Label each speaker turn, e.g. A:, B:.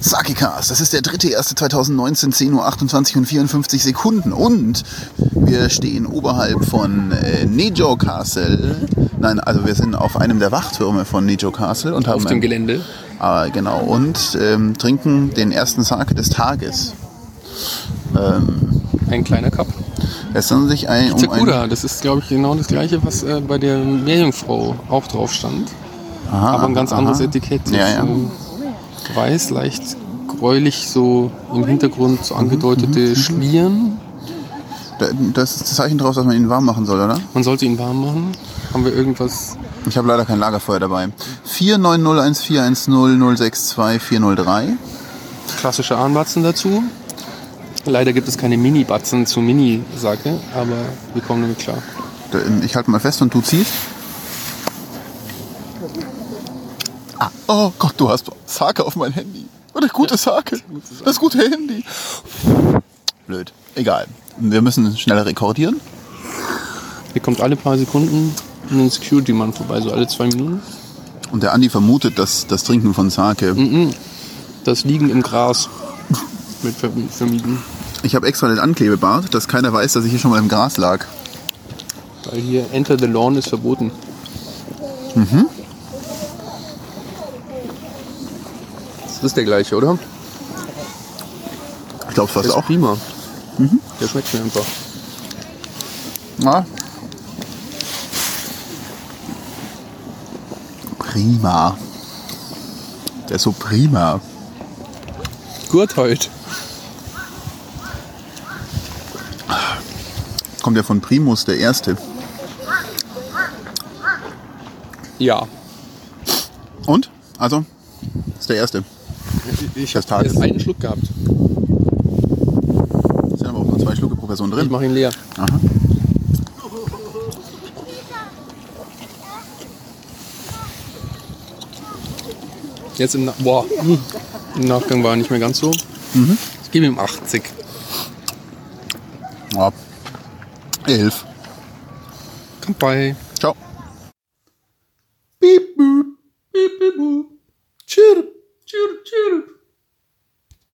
A: Saki Cast. Das ist der 3.1.2019, 10.28 Uhr und 54 Sekunden. Und wir stehen oberhalb von äh, Nejo Castle. Nein, also wir sind auf einem der Wachtürme von Nejo Castle und haben
B: Auf dem
A: ein-
B: Gelände.
A: Ah, genau. Und ähm, trinken den ersten Sake des Tages. Ähm,
B: Ein kleiner Cup.
A: es handelt sich ein, um ein,
B: Sakura, das ist, glaube ich, genau das gleiche, was äh, bei der Meerjungfrau auch drauf stand. aber ein ganz
A: Ah, aha.
B: anderes Etikett.
A: Ja, ja.
B: So Weiß, leicht gräulich, so im Hintergrund so
A: Mhm,
B: angedeutete Schlieren.
A: da- das ist das Zeichen drauf, dass man ihn warm machen soll, oder?
B: Man sollte ihn warm machen. Haben wir irgendwas?
A: Ich habe leider kein Lagerfeuer dabei. 4901410062403.
B: Klassische Ahnbatzen dazu. Leider gibt es keine Mini-Batzen zu Mini-Sake, aber wir kommen damit klar.
A: Da- ähm, Ich halte mal fest und du ziehst. Ah, oh Gott, du hast Sake auf mein Handy. Oder gute Sake. Das gute Handy. Blöd. Egal. Wir müssen schneller rekordieren.
B: Hier kommt alle paar Sekunden ein Security-Mann vorbei, so alle zwei Minuten.
A: Und der Andi vermutet, dass das Trinken von Sake.
B: Das Liegen im Gras wird verm- vermieden,
A: Ich habe extra den Anklebebart, dass keiner weiß, dass ich hier schon mal im Gras lag.
B: weil hier Enter the Lawn ist verboten. Das ist der gleiche, oder?
A: Ich glaube
B: Der
A: fast
B: ist
A: auch.
B: prima. Der schmeckt mir einfach.
A: Ja. Prima. Der ist so prima.
B: Gut heute.
A: Kommt ja von Primus, der Erste.
B: Ja.
A: Und? Also, ist der Erste.
B: Ich
A: Das
B: habe
A: Tages.
B: jetzt einen Schluck gehabt.
A: Sind aber auch nur zwei Schlucke pro Person
B: Ich
A: drin.
B: mache ihn leer.
A: Aha.
B: Jetzt im, Na Boah. hm. Im Nachgang war er nicht mehr ganz so. Ich gebe ihm 80.
A: Ja. Elf.
B: Kommt bei.